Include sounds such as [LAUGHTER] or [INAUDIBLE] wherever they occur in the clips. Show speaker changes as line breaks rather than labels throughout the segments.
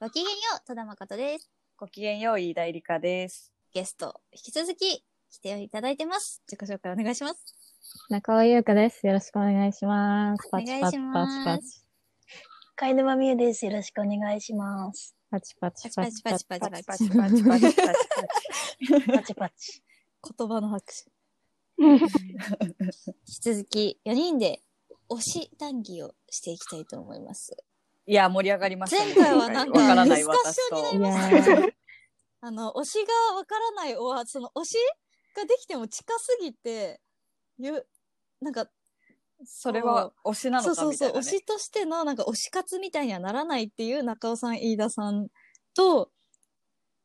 ごきげんよう、戸田誠です。
ごきげんよう、飯田理香です。
ゲスト、引き続き来ていただいてます。自己紹介お願いします。
中尾優香です。よろしくお願いします。
お
パチ
願い
パ
し
チ
ま
パ
す
チパチ。
貝沼美優です。よろしくお願いします。
パチパチパチパチ。
パ
パチパチパチパチパチパ
パチパチ。
言葉の拍 [LAUGHS] 手。引き続き4人で推し談義をしていきたいと思います。
いや、盛り上がりましたね。
前回はなんか
わからない
ディスカッ
私
ションにな
と
り
い。
ま
やー
あの、推しがわからないおは、その推しができても近すぎて、ゆなんか、
それは推しなのか
そう
みたい
そ
な、
う
ね。
そう、推しとしてのなんか推し活みたいにはならないっていう中尾さん、飯田さんと、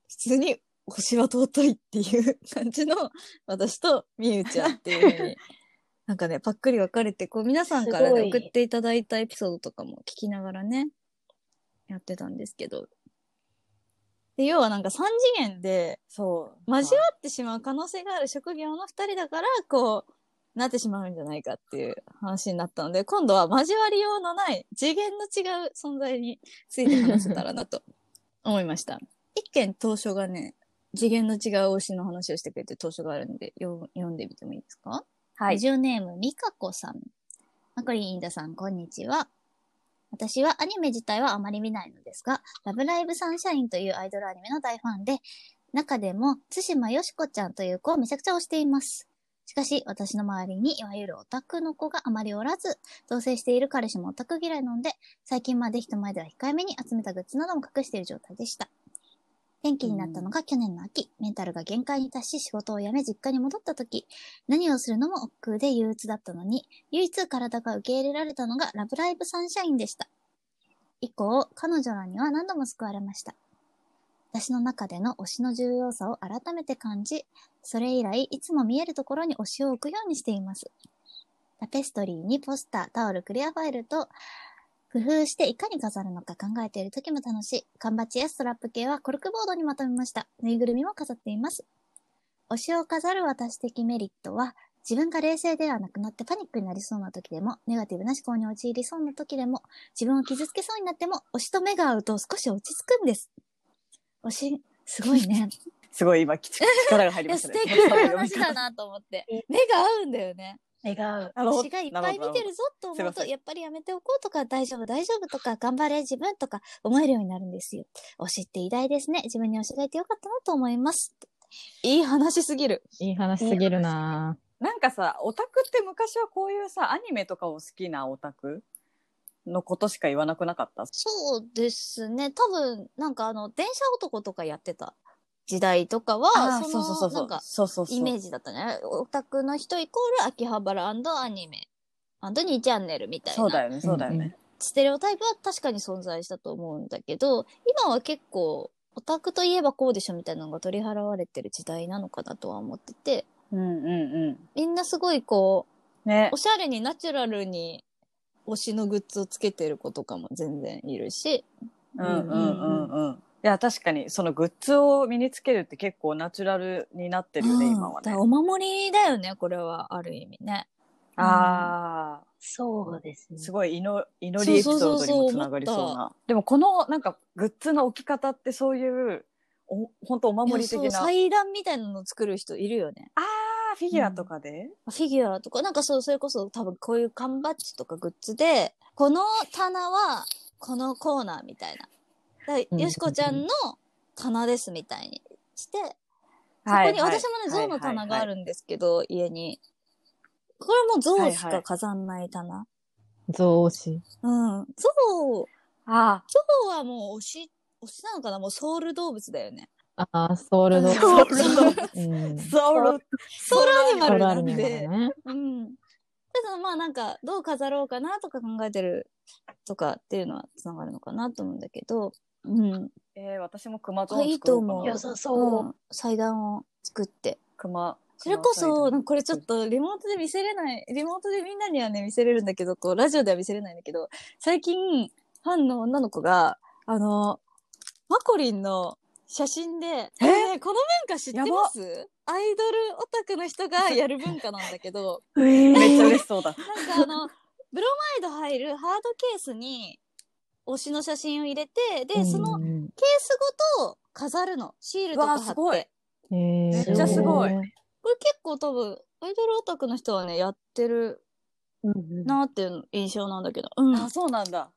普通に推しは尊いっていう感じの私とみゆちゃんっていうふうに、
[LAUGHS]
なんかね、ぱっくり分かれて、こう皆さんから、ね、
すご
送
い
っていただいたエピソードとかも聞きながらね、やってたんですけど。で要はなんか3次元で
そう。
交わってしまう可能性がある職業の二人だから、こう、なってしまうんじゃないかっていう話になったので、今度は交わりようのない次元の違う存在について話せたらなと思いました。一件当初がね、次元の違う推しの話をしてくれてる当初があるので、よ読んでみてもいいですか
はい
ラジオネーム、みかこさん。マコリン・インダさん、こんにちは。私はアニメ自体はあまり見ないのですが、ラブライブサンシャインというアイドルアニメの大ファンで、中でも、津島よしこちゃんという子をめちゃくちゃ推しています。しかし、私の周りに、いわゆるオタクの子があまりおらず、同棲している彼氏もオタク嫌いなので、最近まで人前では控えめに集めたグッズなども隠している状態でした。転機になったのが去年の秋、メンタルが限界に達し仕事を辞め実家に戻った時、何をするのも億劫で憂鬱だったのに、唯一体が受け入れられたのがラブライブサンシャインでした。以降、彼女らには何度も救われました。私の中での推しの重要さを改めて感じ、それ以来、いつも見えるところに推しを置くようにしています。タペストリーにポスター、タオル、クリアファイルと、工夫していかに飾るのか考えている時も楽しい。缶バッチやストラップ系はコルクボードにまとめました。ぬいぐるみも飾っています。推しを飾る私的メリットは、自分が冷静ではなくなってパニックになりそうな時でも、ネガティブな思考に陥りそうな時でも、自分を傷つけそうになっても、推しと目が合うと少し落ち着くんです。推し、すごいね。
すごい今、きち力が入
[LAUGHS] い
り
や、
ました
素
ね。
敵
その
な
読み
話だ
方
なと思って
え。
[LAUGHS] 目が合うんだよね。
願う。
なるほど
星がいっぱい見てるぞと
な
思
る
う
ほど
と、やっぱりやめておこうとか、大丈夫、大丈夫とか、頑張れ、自分とか思えるようになるんですよ。推しって偉大ですね。自分に推しがいてよかったなと思います。いい話すぎる。
いい話すぎるな
なんかさ、オタクって昔はこういうさ、アニメとかを好きなオタクのことしか言わなくなかった。
そうですね。多分、なんかあの、電車男とかやってた時代とかは、そ
そ
の
うそうそうそ
なん
う
か。、
そうそうそう。
イメージだったね。オタクの人イコール秋葉原アニメ。アンド2チャンネルみたいな。
そうだよね、そうだよね。
ステレオタイプは確かに存在したと思うんだけど、今は結構、オタクといえばこうでしょみたいなのが取り払われてる時代なのかなとは思ってて、
うんうんうん。
みんなすごいこ
ね
う、お。しゃれにナチュラルに推しのグッズをつけてる子とかも全然いるし、
うんうんうんうん。いや、確かに、そのグッズを身につけるって結構ナチュラルになってるよね、
うん
今は
だか
ね
ら。お守りだよね、これは、ある意味ね。
ああ、
そうですね。
すごい祈祈りエピソードにもつながりそうな。
そうそうそう
でもこのなんかグッズの置き方ってそういう、お本当お守り的
いやそう
な。あ
祭壇みたいなの作る人いるよね。
あー、フィギュアとかで、
フィギュアとか、なんかそう、それこそ多分こういう缶バッジとかグッズで、この棚はこのコーナーみたいな。だか
う
ら
ん
よしこちゃんの棚ですみたいにして、そこ
はい
に、私もね、象の棚があるんですけど、家に。これも象しか飾んない棚。
増推し。
うん。象、
あ
象はもう推し、推しなのかなもうソウル動物だよね。
ああ、ソウルド。
ソウ
[LAUGHS]
ルド
う
あ、ソ
ん
ウル、
ソウルアニマ
ソウ
ル
ル
な
ア
ん
ニメ
で
だ。ね。
うん。ただまあなんか、どう飾ろうかなとか考えてるとかっていうのはつながるのかなと思うんだけど、うん。
えー、私も熊ゾ
あ、
ーン
いい
作ろ
と
うか
思
な
う。
良さそう
うん。祭壇を作って。
熊。
それこそ、な
熊祭壇
んかこれちょっとリモートで見せれない、リモートでみんなにはね、見せれるんだけど、こう、ラジオでは見せれないんだけど、最近、ファンの女の子が、あの、マコリンの写真で、これねこの文化知ってますアイドルオタクの人がやる文化なんだけど、
え
[LAUGHS]
めっちゃ嬉しそうだ。
なんかあの、ブロマイド入るハードケースに、推しの写真を入れて、で、
うん
そのケー
うん
スごと飾るの。シールと
わ
か
あ
貼
す
って。
ごい
えー
めっ
ちゃす
ごい
これ結構多分、アイドルオタクの人はね、やってるなーっていう印象なんだけど。うん。で
あ、そうなんだ。、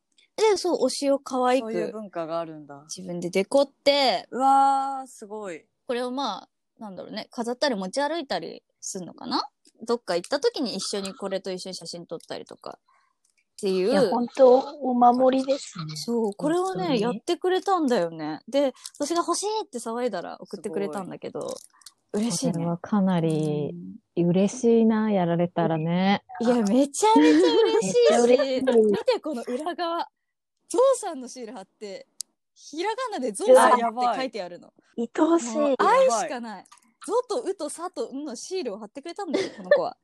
そう、推しを可愛
そうい
く
う文化があるんだ。
自分でデコって、
うわー、すごい。
これをまあ、なんだろうね、飾ったり持ち歩いたりするのかなどっか行った時に一緒にこれと一緒に写真撮ったりとかってい
いや、
う。
本当お守りですね。
そう、これを
本当
ね、
に
やってくれたんだよね。で、私が欲しいって騒いだら送ってくれたんだけど、嬉しい
これ
ね。
はかなり嬉しいな、やられたらね。
いや、めちゃめちゃ嬉しい
めっちゃ
し、
嬉しい
見てこの裏側。ゾウさんのシール貼って、ひらがなでゾウさん
う
っ
わ
て書いてあるの。
愛おしい。
もう
ばい
愛しかない。ゾとウとサとウのシールを貼ってくれたんだよ、この子は。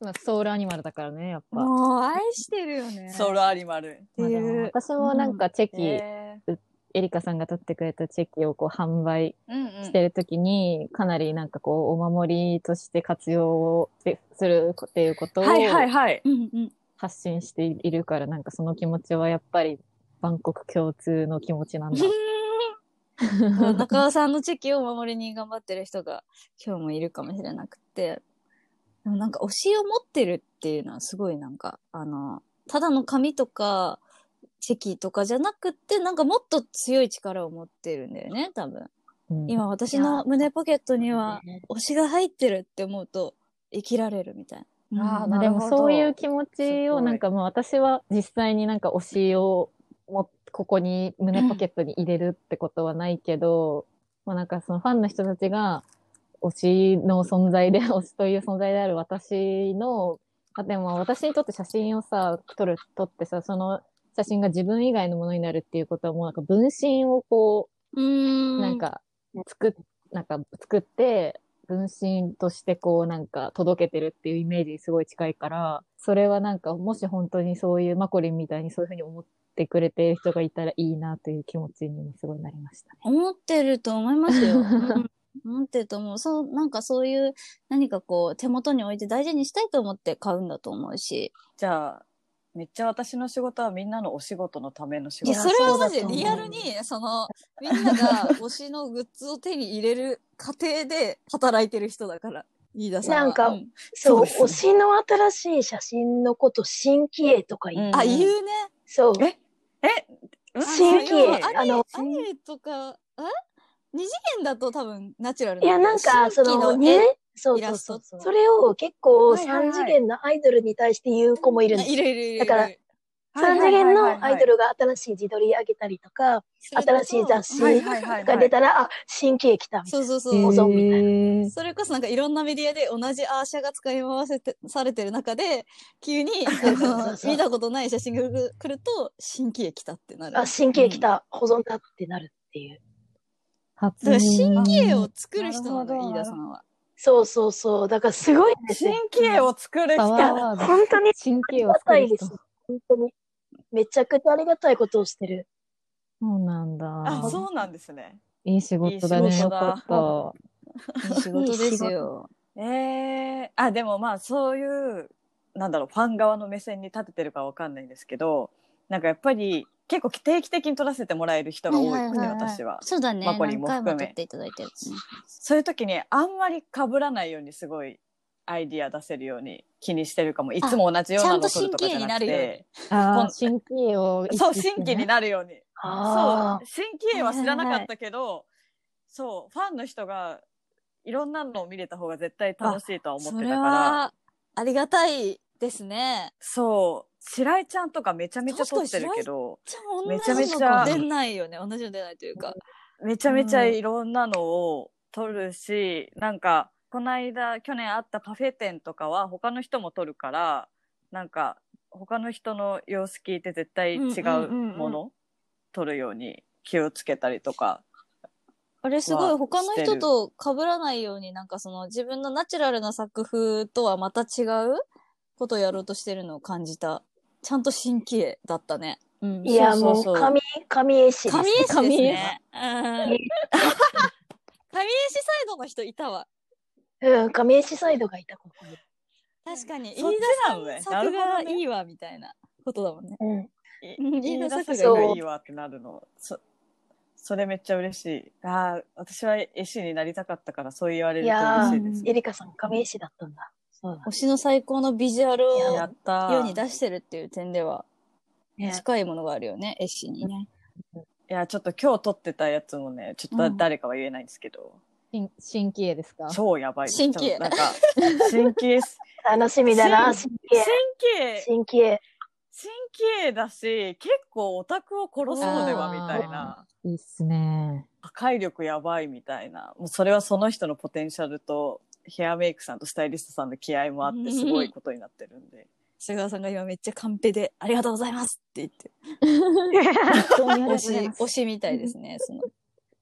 まあソウルアニマルだからね、やっぱ。ま
もう愛してるよね。
ソウルアニマル。
て
あ
いう
でも私もなんかチェキ、
え
エリカさんが取ってくれたチェキをこう販売
うんう
し
ん。
てるときに、かなりなんかこう、お守りとして活用をするっていうことを
はいはいはい。
うんうん。
発信しているから、なんかその気持ちはやっぱり、万国共通の気持ちなんだ。 [LAUGHS]
もう中尾さんのチェキを守りに頑張ってる人が今日もいるかもしれなくて。でもなんか推しを持ってるっていうのはすごいなんか、あの、ただの紙とか、チェキとかじゃなくって、なんかもっと強い力を持ってるんだよね、多分。
うん
今私の胸ポケットには推しが入ってるって思うと生きられるみたいな。
あー
うん
まあ、でもそういう気持ち
すご
を
い
なんかもう私は実際になんか推しをもここに胸ポケットに入れるってことはないけど、まあなんかそのファンの人たちが推しの存在で推しという存在である私のあでも私にとって写真をさ撮る撮ってさその写真が自分以外のものになるっていうことはもうなんか分身をこう
うーん。
なんか、作っ、なんか、作って、分身としてこう、なんか、届けてるっていうイメージにすごい近いから、それはなんか、もし本当にそういう、マコリンみたいにそういうふうに思ってくれてる人がいたらいいなという気持ちにもすごいなりましたね。
思ってると思います
[LAUGHS]
よ。うん思ってると思う。そう、なんかそういう何かこう手元に置いて大事にしたいと思って買うんだと思うし。
じゃあ、めっちゃ私の仕事はみんなのお仕事のための仕
い
事。
や、それはマジで
そうだと思う
リアルに、その、みんなが推しのグッズを手に入れる過程で働いてる人だから、飯田さんは。
なんか
う
そう、
そう
推
で
しの新しい写真のこと、新規絵とか言う。
うん
あ、言うね。
そう。
ええうん
新規
要は
あ
あの
アニメとか、え二次元だと多分ナチュラル
い
だ
や、
けど
なんか、そ
新規
の、
絵
ね、そう
イ
そ
ラ
う
スト
そう。それを結構、
はいはいはい
三次元のアイドルに対して言う子もいるん
あ
です
いるいるいるいる。
だから
は
三
い
次元のアイド
ル
ルが新しい自撮り上げたりとか、
それこそ
新しい雑誌
はいはいはいはい
が出たら、あ、新規絵来たみたい
そうそうそう。
保存みたい
な。
それこそなんかいろんなメディアで同じアーシャが使い回せてされてる中で急にあ
そう
の
そう
見たことない写真が来ると新規へ来たってなる。
な。あ、新規絵来た、保存だってなるっていう。
初
だから新規絵
絵
を作る人な
なる
の
ほ
飯
ど
田さんは。
そうそうそう。だからすごいです
新
ね。
規絵を作る人
パ
い
ワ
や、
ーワード
本当に
新
あ
規
り
絵を
が
作
た
る
い
人。
です。
そ
本当に。めちゃくちゃありがたいことをしてる。
うなんだ
あ、。そうなんですね。
いい仕事だ
いい
ね。
仕
よ
事だ
かった。
いい仕事ですよ。
ええあ、でもまあそういう、なんだろう、ファン側の目線に立ててるかわかんないんですけど、なんかやっぱり結構定期的に撮らせてもらえる人が多いくて、
はいはいはいはい
私は。
そうだね。
マコリ
何
ンも
回
含
も
め
撮っていただいてるしね。
そういう時にあんまり被らないようにすごいアイディア出せるように気にしてるかも。いつも同じようなの撮るとかじ
ちゃ
ゃなく
んと新規絵になるよう
て
に。
あ
こ
ー
ん
新規絵を意識してね。
そう、新規になるように。
あ
そ
あ
う、。新規絵は知らなかったけど、そう、ファンの人がいろんなのを見れた方が絶対楽しいとは思っ
そ
て
れ
たから。
はありがたいですね。
そう、白井ちゃんとかめちゃめちゃ撮ってるけど、
めちゃめちゃ同じの出ないよね。同じの出ないというか。
めちゃめちゃいろんなのを撮るし、なんか、この間、去年あったパフェ店とかは他の人も撮るから、なんか、他の人の様子聞いて絶対違うもの撮るように気をつけたりとか。
あれすごい
は
他の人と被らないようになんかその自分のナチュラルな作風とはまた違うことをやろうとしてるのを感じた。ちゃんと新規絵だったね。うん。
いや、
そう
も
そうそ
う
う、
紙、紙絵師です。
神絵師です
神絵
ね。うん。神絵師サイドの人いたわ。
うん、亀石サイドがいたここに。
確かに、飯
そっち
田
なのね。
さ
なんる
作
ほど
が
ね。
いいわ、みたいなことだもんね。
うん。
い
うん
言い出せ
そ
ば
う
いいわってなるのそそれめっちゃ嬉しいああ私は絵師になりたかったからそう言われ
い
ると
や
嬉しいです
ー、エリカさん、亀石だったんだ。そうだ。
推しの最高のビジュアルを
やったー
世に出してるっていう点では
ね
近いものがあるよね絵師にね
いやちょっと今日撮ってたやつもねちょっとだ、
うん
誰かは言えないんですけど
新新規絵ですか
超やばいです
新規絵
なんか新規絵す
楽しみだな、
新
新
新
規
規
絵。
絵
新規絵。
新規絵だし結構オタクを殺そうではみたいな。
いいっすね。
破壊力やばいみたいなもうそれはその人のポテンシャルとヘアメイクさんとスタイリストさんの気合もあってすごいことになってるんで、
[LAUGHS] 瀬川さんが今めっちゃカンペで「ありがとうございます」って言って
本当にありがとうご
推し
ざいます
推しみたいですね [LAUGHS] その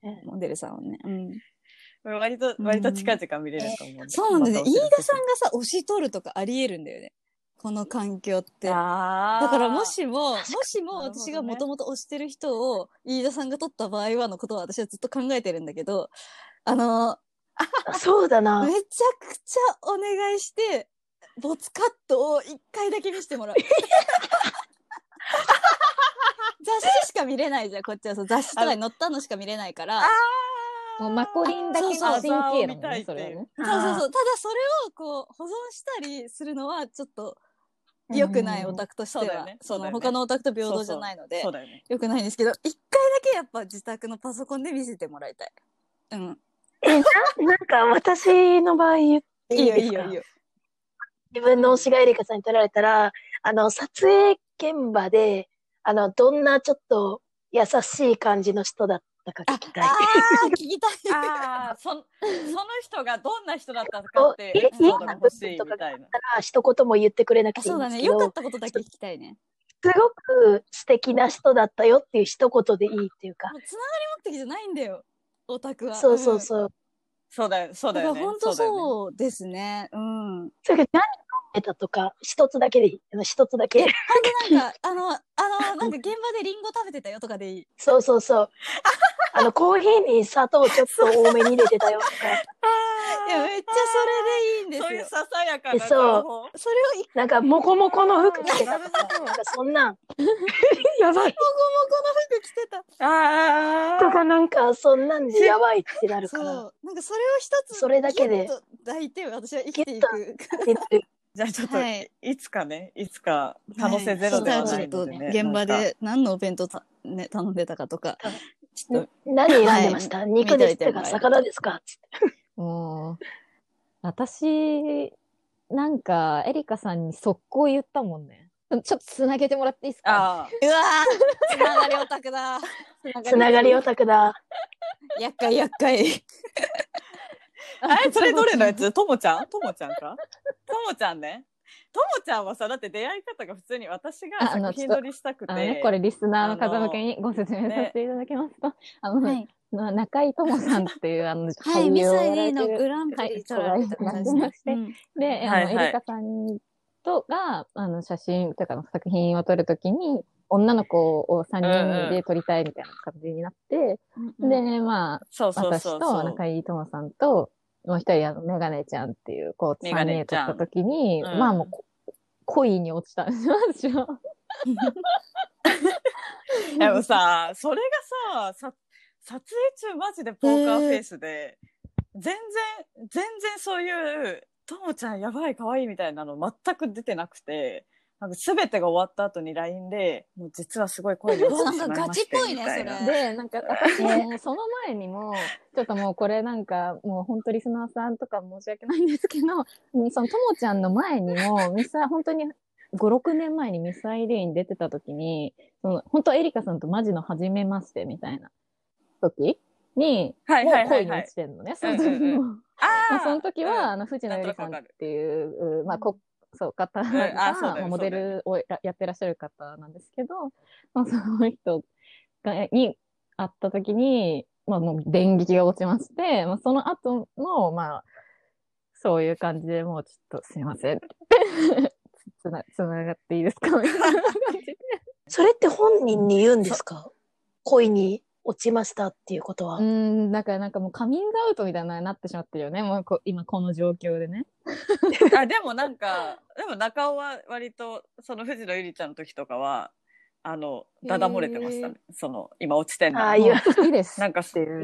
うん
モデルさんをね、うん、
割と割と近々見れると思うんで、
そうなんだ
ま
よね
たお知
飯
らせ
田さんがさ推し取るとかありえるんだよねこの環境ってだ
あー
からもしももしも
なるほどね
私がもともと推してる人を飯田さんが取った場合はのことは私はずっと考えてるんだけどあの
あそうだな
め。ちゃくちゃお願いして、ボツカットを一回だけ見せてもら [LAUGHS] う。雑誌しか見れないじゃん、こっちはさ。雑誌とかに載ったのしか見れないから。
あ
もうマコリンだけの
そうそう
新規絵だもん
あざを見たいっ
ね、
て
それはね。
そうそうそう。ただそれをこう、保存したりするのは、ちょっと良くない
うん
オタクとして
そうだよ
は
ね。
そ
そう
の
だよね
他のオタクと平等じゃないので
そう、だよね
良くないんですけど、一回だけやっぱ自宅のパソコンで見せてもらいたい。うん。
え、ななんか私の場合言って
いい
いい
よ、
で
い
す
い
か
よ、いいよ。
自分の推しがエリカさんに取られたら、あの、撮影現場で、あの、どんなちょっと優しい感じの人だったか聞きたい。
ああ、聞きたい。
ああそその人がどんな人だったかって
え
エピソードが欲しいみたいな
だから一言も言ってくれなく
[LAUGHS] あ
ていい
そうん
で
だ
す
ね。
け
良
ど、
かったことだけ聞きたいね。
すごく素敵な人だったよっていう一言でいいっていうか
も、うつながり目的じゃないんだよオタクは
そうそう
うん
そう。
そうだよそうだ
だから
よ
本
ね
当
そうだよね
そうですねうんなん
それが何考えたとか、一つだけでいい。あの一つだけ。
かあのあのなんか現場でリンゴ食べてたよとかでいい
そうそうそう。あの、コーヒーに砂糖ちょっと多めに入れてたよとか、
いやめっちゃそれでいいん
そう
で
いう
すよ
ささやかな
そう
情報
それを一
なんか、もこもこの服着て
な
たと
る
か、
ほど
なんかそ
[LAUGHS]
んなん。やば
個も
い。
この服着て
あ
とか、なんか、そんなんでやばいってな
た
るか
そ
ら。
うなんかそれを一つ
それだけで
ギュッと抱いて私は生きていく
で
[LAUGHS] じゃあちょっと、
はいい、
つかね、いつか可能性ゼロではないのでね。
はい現場
なんか。
で何のお弁当た、ね、頼んでたかとかちょっと
何選んでました、肉ですとか、魚ですかつって
もう、私、なんか、エリカさんに速攻言ったもんね。ちょっとつなげてもらっていいです
あ
か
[LAUGHS] うわーつながりオタクだ
つながりオタクだ。
厄介厄介
あ、あれそれどれのやつともちゃんともちゃんかともちゃんね。ともちゃんはさ、だって出会い方が普通に私が
ああの
作品撮りしたくて。
あのね、これリスナーの方向けにご説明させていただきますと、あの、
はい
な中井智さんっていう、あの、
はい、
俳
ミ
優を
サ
や
イ
ら
リーの
れてる
グランプリ取られた方です
は
ね。
いそう
うん
で、あの、
はいはい
エリカさんとが、あの、写真というか、作品を撮るときに、女の子を3人で撮りたいみたいな感じになって、で、まあ、
そうそう
私
そう
と
そう。
中井智さんと、もう一人、あの、メガネちゃんっていう、こう、
メ
3
ガ
人
ネ
で
ち
撮
ゃん
ったときに、
うん
まあもうこ、恋に落ちたんですよ、私は。
でもさ、それがさ、さ撮影中マジでポーカーフェイスで、全然、全然そういう、ともちゃんやばい可愛いみたいなの全く出てなくて、なんか全てが終わった後に LINE で、もう実はすごい恋に落ちてしまいま
う
して
わなんかガチっぽい
み
ね
たいな。
それ
で、なんか私もその前にも、ちょっともうこれなんか、もう本当リスナーさんとか申し訳ないんですけど、 [LAUGHS] そのともちゃんの前にも、ミサ、本当に5、6年前にミサイレイン出てた時に、その本当エリカさんとマジの初めましてみたいな時に、
はい
もう
はいはい、
恋に
はい
落ち。てんのね、
うんうんうん
その時も。
あ
ま
ーう
あその時は、あ
ん
の、藤野
なんと
ゆ
な
り
く
さ
わ
ん
か
っ
る
ていう、まあ、こ、そう、方が、
うんあそうだよ
モデルをややってらっしゃる方なんですけど、まあ、その人が、に会った時に、まあ、もう電撃が落ちまして、まあ、その後の、まあ、そういう感じでもうちょっとすいません [LAUGHS] って言ってつな、つながっていいですかみたいな感
[LAUGHS]
じで。
それって本人に言うんですか恋に落ちましたっていうことは。
うん、だからなんかもうカミングアウトみたいななってしまってるよね。もうこ今この状況でね。
あでもなんかでも中尾は割とその藤野ゆりちゃんの時とかはあのだだ漏れてましたね、その今落ちてんの
ああいう。
好きです
な
っ
んか
てい
え
う風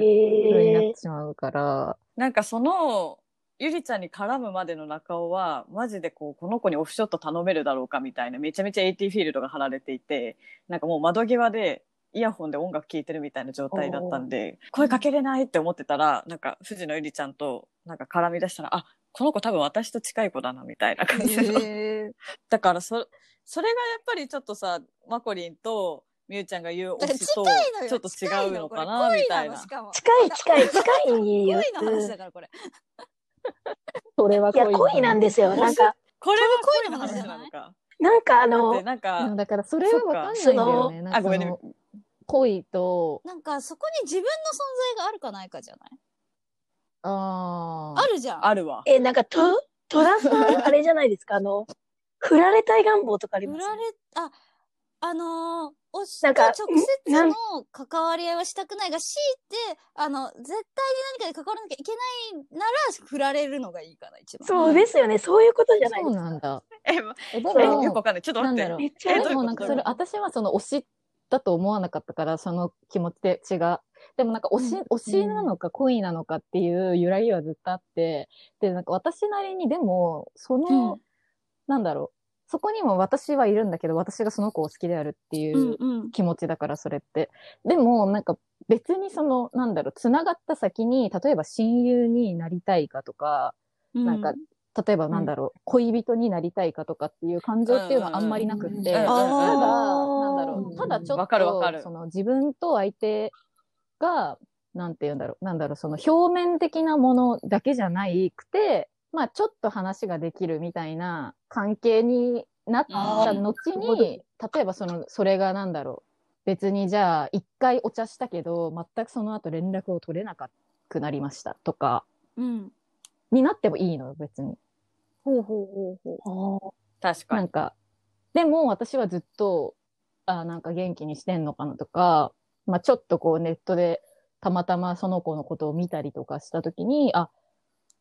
になっ
ー
てしまうから、
なんかそのゆりちゃんに絡むまでの中尾はマジでこうこの子にオフショット頼めるだろうかみたいなめちゃめちゃ AT フィールドが貼られていてなんかもう窓際でイヤホンで音楽聴いてるみたいな状態だったんで声かけれないって思ってたらなんか藤野ゆりちゃんとなんか絡み出したらあこの子多分私と近い子だなみたいな感じの、だからそそれがやっぱりちょっとさマコリンとみゆちゃんが言う推しと
近いのよ
ちょっと違うのかな
近
みた
いのこれ
い
恋の
な
し。かも
近い近い近いよ。
恋の話だからこれ
それはい
や、
恋
恋なんですよ。なんか、
これは
それ
恋
も
の話
恋の話じゃ
な
な
の
い
か。
なんかあ
だっ
の
て、なんか、
でもだからそれはわかんないんだよね。なん
あ、
か
ごめ
そ
んね
の。恋と、
なんかそこに自分の存在があるかないかじゃない
あ
あるじゃん
あるわ。
え、なんか、と、トラさん、あれじゃないですか、あの、振られたい願望とかあり
売
ます、
られああのー、推しと
なんか
直接
なん
の関わり合いはしたくないが強いてあの絶対に何かで関わらなきゃいけないなら振られるのがいいかな一番
そうですよね。そういうことじ
あ、
ゃない
そ
で
う
すか。
なんだ。
え、
え、で
え
そう
も
よくわかんない。ちょっと
なん
待っ
だ
て
ろ。
めっちゃ
えど
わ
ういうこ
で
か
も
と
なんか
ど
そう
い
れ
うこ
私はその推しだと思わなかったからその気持ちで違う。でもなんか推し,、推しなのか恋なのかっていう揺らぎはずっとあってでなんか私なりにでもその、
うん
なんだろうそこにも私はいるんだけど私がその子を好きであるっていううん
うん
気持ちだからそれって。でもなんか別にそのなんだろうつながった先に例えば親友になりたいかとか
うん
なんか例えばなんだろう、恋人になりたいかとかっていう感情っていうのはあんまりなくって、
うん
う
うん
ん
ただ
あー
なんだろ
うん
うただちょ
わ
っ
かるわかる
とその自分と相手がなんて言うんだろうなんだろうその表面的なものだけじゃないくてまあちょっと話ができるみたいな関係になった後
あー
に例えばそのそれがなんだろう別にじゃあ一回お茶したけど全くその後連絡を取れなくなりましたとか
うん
になってもいいのよ別に。
ほうほうほうほう
と確か
なん
に。
か、でも私はずっと、あなんか元気にしてんのかなとか、まあちょっとこうネットでたまたまその子のことを見たりとかしたときに、あ、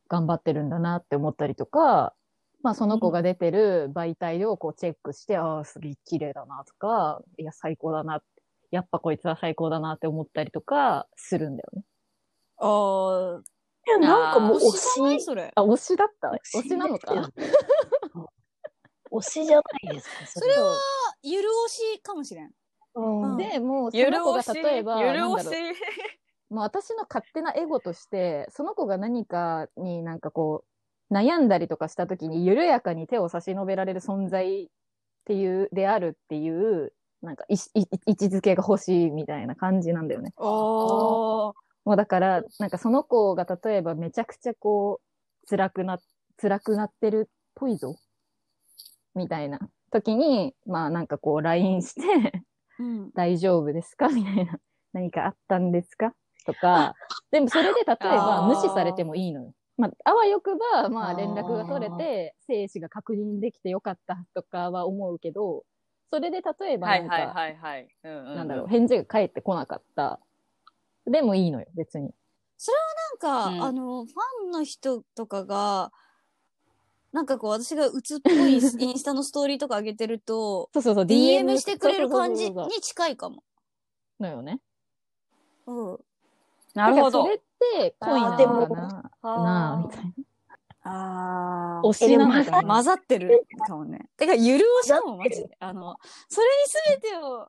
頑張ってるんだなって思ったりとか、まあその子が出てる媒体をこうチェックして、ああ、すげえ綺麗だなとか、いや、最高だなって、やっぱこいつは最高だなって思ったりとかするんだよね。
あー
いやなんかもう
推
推
しじゃない
し、
それ
あ、推しだった
推
推
し
しなのか
ですよ推しじゃないですか、そ
それはゆる推しかもしれん
うん。
うん
[LAUGHS]
で、もうそ
ゆる
の子
お
が
し、
例えば、
ゆる
なん
お
だ
し
ろう。もう私の勝手なエゴとして、その子が何かになんかこう、悩んだりとかした時に緩やかに手を差し伸べられる存在っていう、であるっていう、なんかいしい位置づけが欲しいみたいな感じなんだよね。
あ
もうだから、なんかその子が例えばめちゃくちゃこう、辛くな、辛くなってるっぽいぞ。みたいな時に、まあなんかこう LINE して、
うん
大丈夫ですか [LAUGHS] みたいな。何かあったんですかとか。でもそれで例えば
あー
無視されてもいいのよ。まあ、あわよくば、まあ
あー
連絡が取れて、生死が確認できてよかったとかは思うけど、それで例えば
は
なん
い
か、
はいはいはい。うんうん。
なんだろう、返事が返ってこなかった。でもいいのよ、別に。
なんか、
うん
あのファンの人とかがなんかこう私が鬱っぽいインスタのストーリーとか上げてると
そうそうそう、
DM してくれる感じ
そうそうそう
に近いかも。
そうのよね。
うん、
なるほ
だ
ど
から。それって恋なのかななあ、みたい
あ
な。
ー
推しなの
えで
か
も
な
混ざってるかもね。てか、ゆるおしかも、マジで。あの、それに全てを、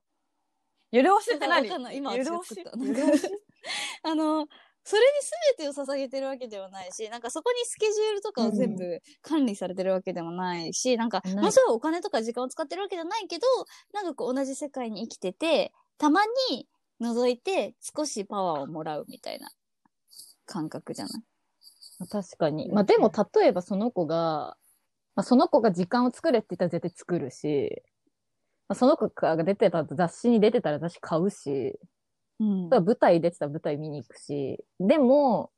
ゆるおしって何
わかんない今
ゆ
私
る
が
お
作
し
っ。
たゆるおし
[LAUGHS] あの、それに全てを捧げてるわけではないし、なんかそこにスケジュールとかを全部管理されてるわけでもないし、なんか、
ない
ものすごいお金とか時間を使ってるわけじゃないけど、なんかこう同じ世界に生きてて、たまに覗いて少しパワーをもらうみたいな感覚じゃない
確かに。まあでも、例えばその子が、まあ、その子が時間を作れって言ったら絶対作るし、まあ、その子が出てた雑誌に出てたら雑誌買うし、
うん
例えば舞台出てたら舞台見に行くし、でも、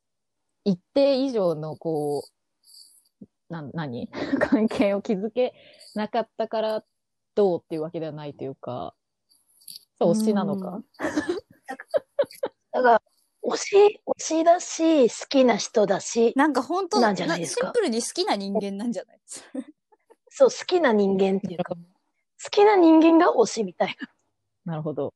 一定以上のこう、な、何 [LAUGHS] 関係を築けなかったからどうっていうわけではないというか、そう、推しなのか。
だから、推し、推しだし、好きな人だし、
なんか本当
なんじゃないですか
シンプルに好きな人間なんじゃない
そう、好きな人間っていうか、好きな人間が推しみたいな。
なるほど。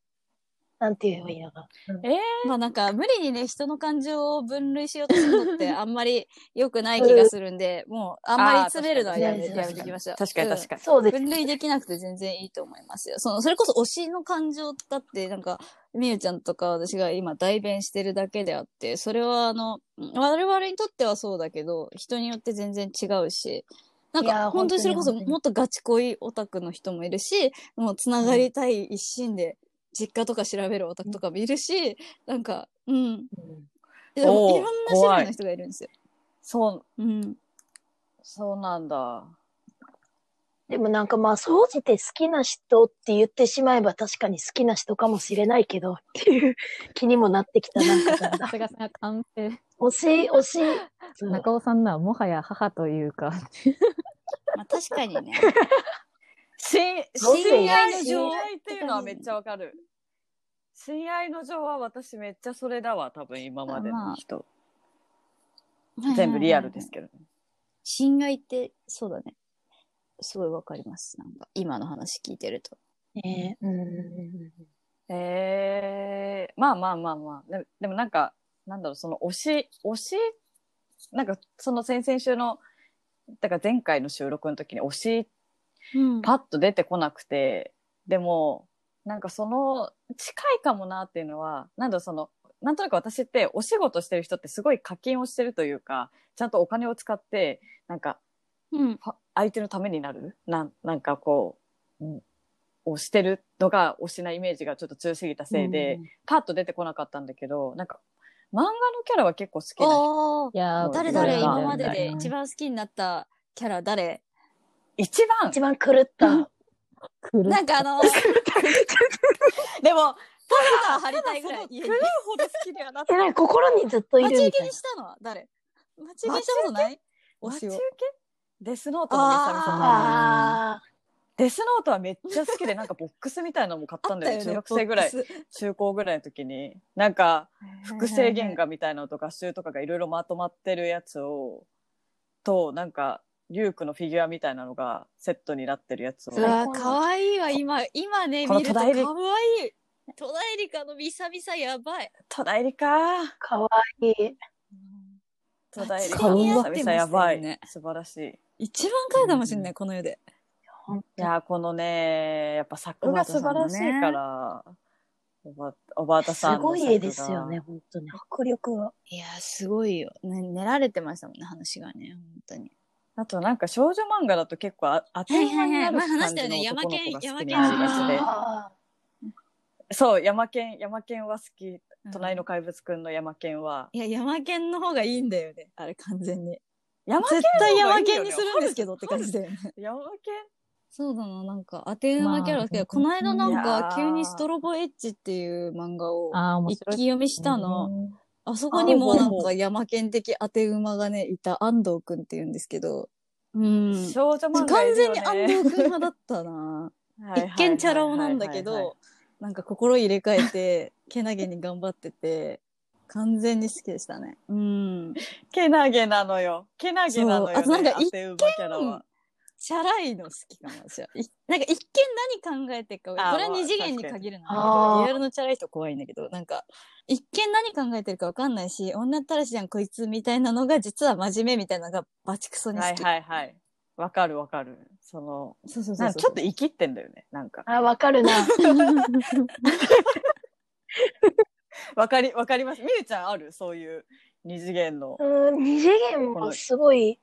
なんて言えばいいのか。
えー、
まあなんか無理にね人の感情を分類しようとするのってあんまり良くない気がするんで、もうあんまり詰めるのはやめ
あー確か
や
に
めてきましょう。
確かに
うん
確かに。
そうです。
[LAUGHS] 分類できなくて全然いいと思いますよ。その、それこそ推しの感情だって、なんか、みゆちゃんとか私が今代弁してるだけであって、それはあの、我々にとってはそうだけど、人によって全然違うし、なん
いや
か、
ー
本当にそれこそ
本当に本当
もっ
に
とガチ恋オタクの人もいるし、もうつながりたい一心で、実家とか調べるオタクとかもいるし、なんか、うん。でも
おー
いろんな種類の人がいるんですよ。
そう、
うん。
そうなんだ。
でもなんかまあ、総じて好きな人って言ってしまえば確かに好きな人かもしれないけどっていう [LAUGHS] 気にもなってきた。なんかだん
[LAUGHS]
だ
さ
ん
すがさ、完成。
推し、推し、そう
中尾さんならもはや母というか、
まあ確かにね。
親
どうせ
親愛の
親
情
愛
親愛っていうのはめっちゃわかる。親愛の情は私めっちゃそれだわ、多分今までの人。全部リアルですけどね。
侵害って、そうだね。すごいわかります。なんか、今の話聞いてると。
ねうん。
ええまあまあまあまあ。ででもなんか、なんだろう、その推し、推しなんかその先々週の、だから前回の収録の時に推し
うん
パッと出てこなくて、でも、なんかその近いかもなっていうのは、なんだろうその、なんとなく私ってお仕事してる人ってすごい課金をしてるというか、ちゃんとお金を使って、なんか
うん。
ファ相手のためになるなんなんかこう、うんをしてるのが推しなイメージがちょっと強すぎたせいで、パッと出てこなかったんだけど、なんか漫画のキャラは結構好きな人。
おー
いやー
誰
それ
誰
は
今までで一
番
番好きになったキャラ誰
一番
一番狂った。
来る
なんかあの、 [LAUGHS]
でも、
肌を張りたいぐらい [LAUGHS]
ただ
家に
その狂うほど好きではなかっ
え、
た
なんか心にずっとい
待
る
ち受
み
け
たい
にしたのは誰待ち受けにしたことない推
待ち
し
受
を
け。デスノートのめさみさん
あ
と
ー
か。
な。ああ。
デスノートはめっちゃ好きで、なんかボックスみたいなのも買ったんだよね。中学生ぐらい、。中高ぐらいの時に。なんか、複製原画みたいなのと合集とかがいろいろまとまってるやつを、と、なんか、リュークのフィギュアみたいなのがセットになってるやつを
う。わ、かわいいわ、今、今ね、
この
見ると
戸
か
田
わ
恵
い
梨
い。戸田恵梨香のみさみさやばい。
戸田恵梨か。
かわいい。
戸田恵梨か。久
バチ
バチ似合ってました
々
よね
やばい。素晴らしい。
一番可愛いかもしれない、この世で。
いやー、このね、やっぱ作が素晴らしいから、おば、おばあたさんの作
すご
が。
い絵ですよね、本当に。迫力が。
いやー、すごいよ。ね、練られてましたもんね、話がね、本当に。
あとなんか少女漫画だと結構あ当たり前になる
はいはいはい前話
感
したよ
じの
ね
男の子が好きに
山
なり
県
がちで。
あ
そう、山県、山県は好き。
うん
隣の怪物くんの山県は。
いや、山県の方がいいんだよね、あれ完全に。
山
絶対山県にするんです
け
けどって感じだよね。
ど。山県
そうだな、なんか、アテナキャラだけ
まあ
ど、この間なん
いや
か
ー、
急にストロボエッジっていう漫画を
ああ、面
一
白い。
気読みしたの。
うん
あそこにもな
ほ
ん
うほうほ
か山県的当て馬がね、いた安藤くんって言うんですけど、うん。
少女漫画い
完
る
全
よ
に
ね。
安藤くん派だったな。
はいはいはいはいはい
一見チャラ男なんだけど、、なんか心入れ替え
[LAUGHS]
て、けなげに頑張ってて、完全に好きでしたね。うん。
けなげなのよ。けなげなのよ、ね。
そうあとなんか一見
当て馬キャラは
チャラいの好きかもしれない。いなんか一見何考えてるか、これ
あー
は二次元に
まあ
限るの
あー
ね。リアルのチャラい人怖いんだけど、なんか、一見何考えてるかわかんないし、女ったらしじゃんこいつみたいなのが、実は真面目みたいなのがバチクソに好き。
はいはいはい。わかるわかる。その、
そうそうそ
な
うんそ
か
う。
ちょっと生きってんだよね。なんか。
あ。あ、わかるな。
わかり、わかります。みゆちゃんあるそういう二次元の。
うん、二次元もすごい、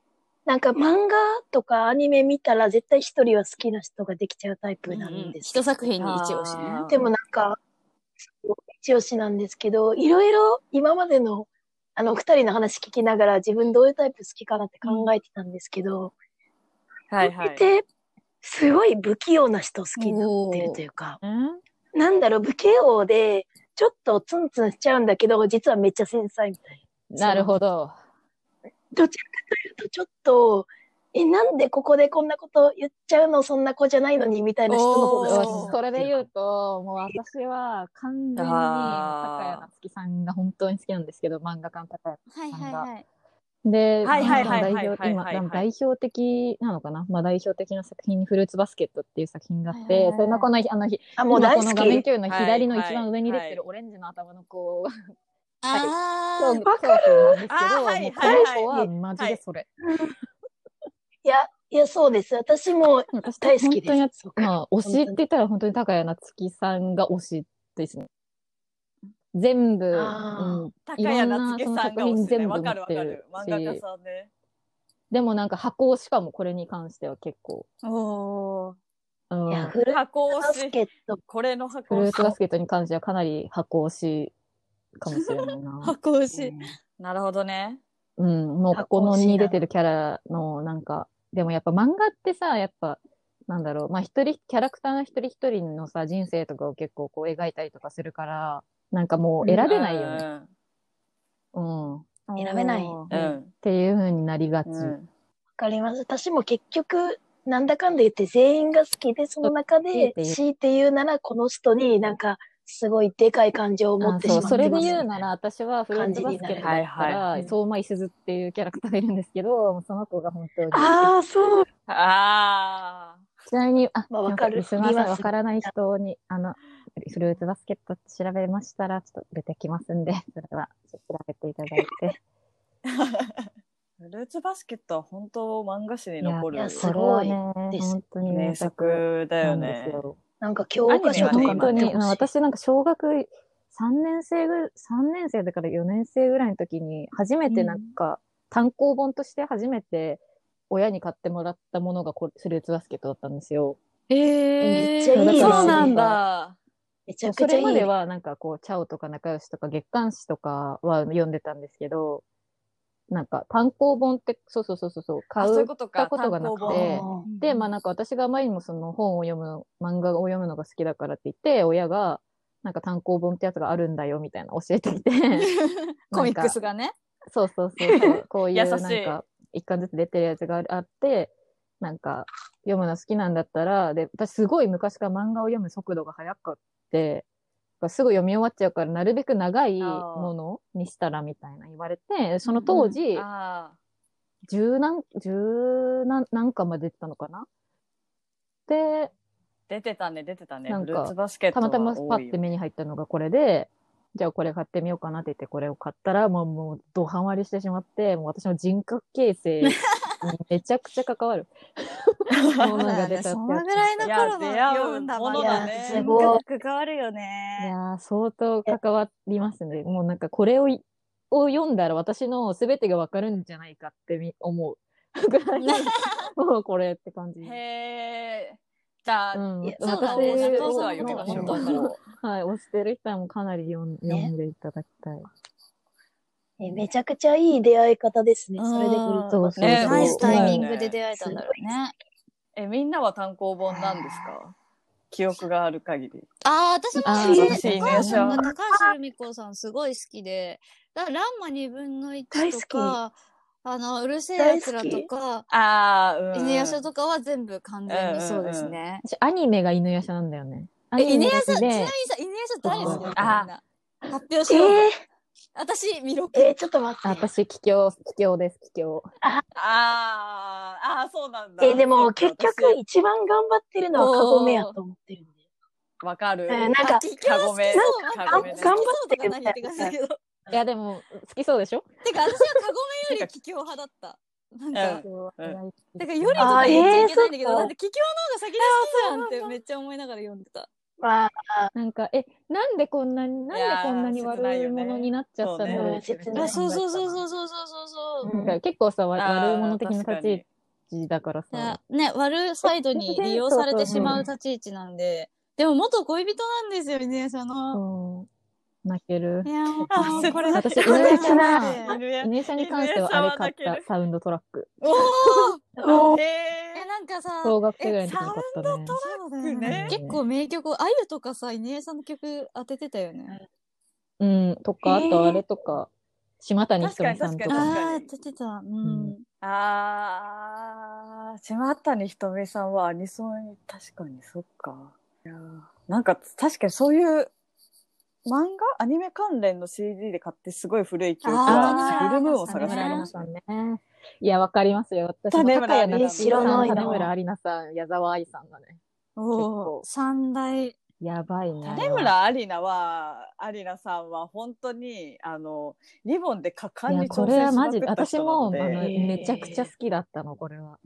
なんか漫画とかアニメ見たら絶対一人は好きな人ができちゃうタイプなんですけ
一
ど。
作品に一押しね。
あー
でもなんか、一押しなんですけど、いろいろ今までの、あの、二人の話聞きながら自分どういうタイプ好きかなって考えてたんですけど、
はいはい。
で、すごい不器用な人好きになって
お
る
ー
というか、
うん
なんだろう、不器用で、ちょっとツンツンしちゃうんだけど、実はめっちゃ繊細みたいな。
なるほど。
どちらかというと、ちょっと、え、なんでここでこんなこと言っちゃうの、そんな子じゃないのに、みたいな人の方が好き
おー
それで言うと、もう私は完全に高
あー
谷夏樹さんが本当に好きなんですけど、漫画家の高谷
はいはいはい。
で、
はいはいはいはいはいはい
代表、今、
はいはいはい
代表的なのかなまあ代表的な作品にフルーツバスケットっていう作品があって、それのこの、あの、ひ
あ、もう大好
今この画面
き。
共有の左の
はい
一番上に出て
はいは
るオレンジの頭の子が、
あ
そ
ー
うそうなんですけど、
あーはい
もうこ
はい
の
はい
子はマジでそれ。
いや、いや、そうです。私も
私
大好き
本当にや
で
っ
す。そうか
まあ、推しって言ったら本当に高谷夏樹さんが推しですね。全部、
あー
うん
高谷夏樹さんが推し
い
ね。
ろ
わ
んな
かるわかる。
その作品全部持って
漫
るし
画家さんね。
でもなんか箱推しかもこれに関しては結構。
おお。
うん
いや、フルー
箱
ツバ
推
ス
し。
ケット。
これの箱
フル
推
ーツバ
し。
スケットに関してはかなり箱推しかもしれないな。
箱推し。
なるほどね。
うん、もうここのに出てるキャラのなんか、でもやっぱ漫画ってさ、やっぱ、なんだろう、まあ一人、キャラクターの一人一人のさ、人生とかを結構こう描いたりとかするから、なんかもう選べないよね。うん。っ
うん。
選べない
うん。
うんていう風になりがち。
うん
わかります。私も結局、なんだかんだ言って全員が好きで、その中で、
そう
強いて言うなら、この人になんか、すごいでかい感情を持
あ
ってし
そう、
まってます。
それで言うなら、私はフルーツバスケッ
感
トだった
じにな
ら、相馬いすずっていうキャラクターがいるんですけど、もうその子が本当に。
ああ、そう。
ああ。
ちなみに、あ、
まあわかる
リスナー
見ま
さん、
す
わからない人に、あの、フルーツバスケットって調べましたら、ちょっと出てきますんで、それは、ちょっと調べていただいて。
フルーツバスケットは本当漫画史に残
い
る
や [LAUGHS] す
それ
ご
はいね、
です
本当に
名作だ
な
よ
んです
ね。
よ。
なんか教科書とか
本
に載
当
って
に、まあ
ほしい。
私なんか小学3年生ぐ、三年生だから4年生ぐらいの時に、初めてなんか、単行本として初めて、親に買ってもらったものがこれフルーツバスケットだったんですよ。
めっちゃいいですね。
そうなん
だ。
めちゃ
そ
くち
れ
ゃいい。
まではなんかこう、チャオとか仲良しとか月刊誌とかは読んでたんですけど、なんか単行本って、そうそうそうそうそう、
あ、
買
そういう
う。
こと
買
か。
ったことがなくて
単行本
[LAUGHS]
あー
で、まあなんか私があまりにもその本を読む、漫画を読むのが好きだからって言って、親が、なんか単行本ってやつがあるんだよみたいな教えてきて、
[LAUGHS]
コミックス
が。
がね。
そうそうそうそう、こういうなん
優しい
か、一巻ずつ出てるやつがあって、なんか、読むの好きなんだったら、で、私すごい昔から漫画を読む速度が速くって、すぐ読み終わっちゃうから、なるべく長い
あー
ものにしたらみたいな言われて、その当時、
あ
十何、十何、何巻まで出てたのかなで、
ー出てたね、出てたね。
なん
フル
か
ーツバスケット
た
は
またまパ
多い
ッ
よ
て目に入ったのがこれで、じゃあこれ買ってみようかなって言ってこれを買ったら、もう、もう、ドハマりしてしまって、もう私の人格形成にめちゃくちゃ関わるものが出たってやつ。
そのぐらいの頃
いや
の
出会う
読んだ
も
漫
の
画
だね
って
すごい
関わるよ
い
ね。
やー相当関わりますね。もうなんかこれをいを読んだら私の全てがわかるんじゃないかってみ思う。ぐらいもうこれって感じ。
へえ。じゃあ、
うん、
いや
私
そうだ
だね
ね。
中
お
藤
父さ
さ
んは
ん
読め
の
ば
方
本
が
当わかるわ。
はい、推してる人はもうかなり読ん,、読んでいただきたい。
えめちゃくちゃいい出会い方ですね。それでフルーツバスケ
ね
ット。
ナイスタイミン
そ
グ
うだよね
で出会えたんだろうね。
え、みんなは単行本なんですか記憶がある限り。
ああ、私も
あ
ね、
ー
それ
私
高橋さん
いい
が、
ね
高橋留美子さんすごい好きで、だからランマ二分の一
大
と
好き
か、あの、うるせえ奴らとか、
ああ、うん。
犬夜叉とかは全部完全にそうですね。
私、アニメが犬夜叉なんだよね。ア
え、
ニ
犬
メ
夜
が
叉、
好
ちな
き
みに
で、
さ、犬夜叉誰好きだった
あ
みんな。発表し
え
よう
ー
ぜ。私、見ろ。
えーちょっと待
あ
って。
私、奇境、奇境です、奇境。
ああ、ああ、そうなんだ。
えーでも
そ
結
っか
局一番頑張ってるのはカゴメやと思ってるんで。
私わかる。
えーなん
[LAUGHS]
か、
聞き
カ
は
ゴメ
好きそう、なん
カ
か、
ゴ
好き
メ
そ
ね
う
頑張って
とか何言って感じだけど。
いや、でも、好きそうでしょ
てか、私はカゴメより奇境派だった。なんか、だか
うん
ら、よりと
あ
か
ー
言っちゃい
え
け
ー
ないんだけ
そ
ど、
っか
だって奇境の方が先に好きなんってめっちゃ思いながら読んでた。
まあ、
なんか、え、なんでこんなに、なんでこんなに悪いものになっちゃったんだろうってめっちゃ考えてたな。
あ、そうそうそう
う。
そうそうそうそう。
うん
なんか結構さ、わ
あー
悪いもの的な
確
立
かに
ち位置だから
いや
さ。
ね、悪いサイドに利用されてしまう立ち位置なんで、でも元恋人なんですよね、その。
そう。泣ける
い。や、もう
あ切ない
これ
私、
こ
犬
れ
夜叉
これ
は、
犬や
犬夜叉に関してはあれ買っ
犬夜叉は泣け
た
る、
サウンドトラック。
おお
おー
へ
いや、
え。
なんかさ、
小学生ぐらいの時に買ったね。
そうだよ
ラック
ね
ね。
結構名曲、あゆとかさ、イネエさんの曲当ててたよね。
うん、とか、あ
えー
とあれとか、島谷ひとみさんと
確かに
か。
確かに
ああー、当ててた。うん。
う
ああ、島谷ひとみさんはアニソン、確かにそっか。いやーなんか確かにそういう漫画アニメ関連の CD で買ってすごい古い記憶
あ
は
ー
フィルムーンを探
金
して
村
ありま
アリナ
る
し
さんね。いや、わかりますよ。私も
金
高
村
谷
アリナ
知らないな
金村アリナさん、矢沢愛さんがね、
おお三大
やばいな。
種村アリナはアリナさんは本当にあのリボンで果
い
敢
や、
に挑
これ
戦
は
しま
マ
く
ジ
っ
で、
た
私
人な
も
の、で
あの、
へー
めちゃくちゃ好きだったの、これは。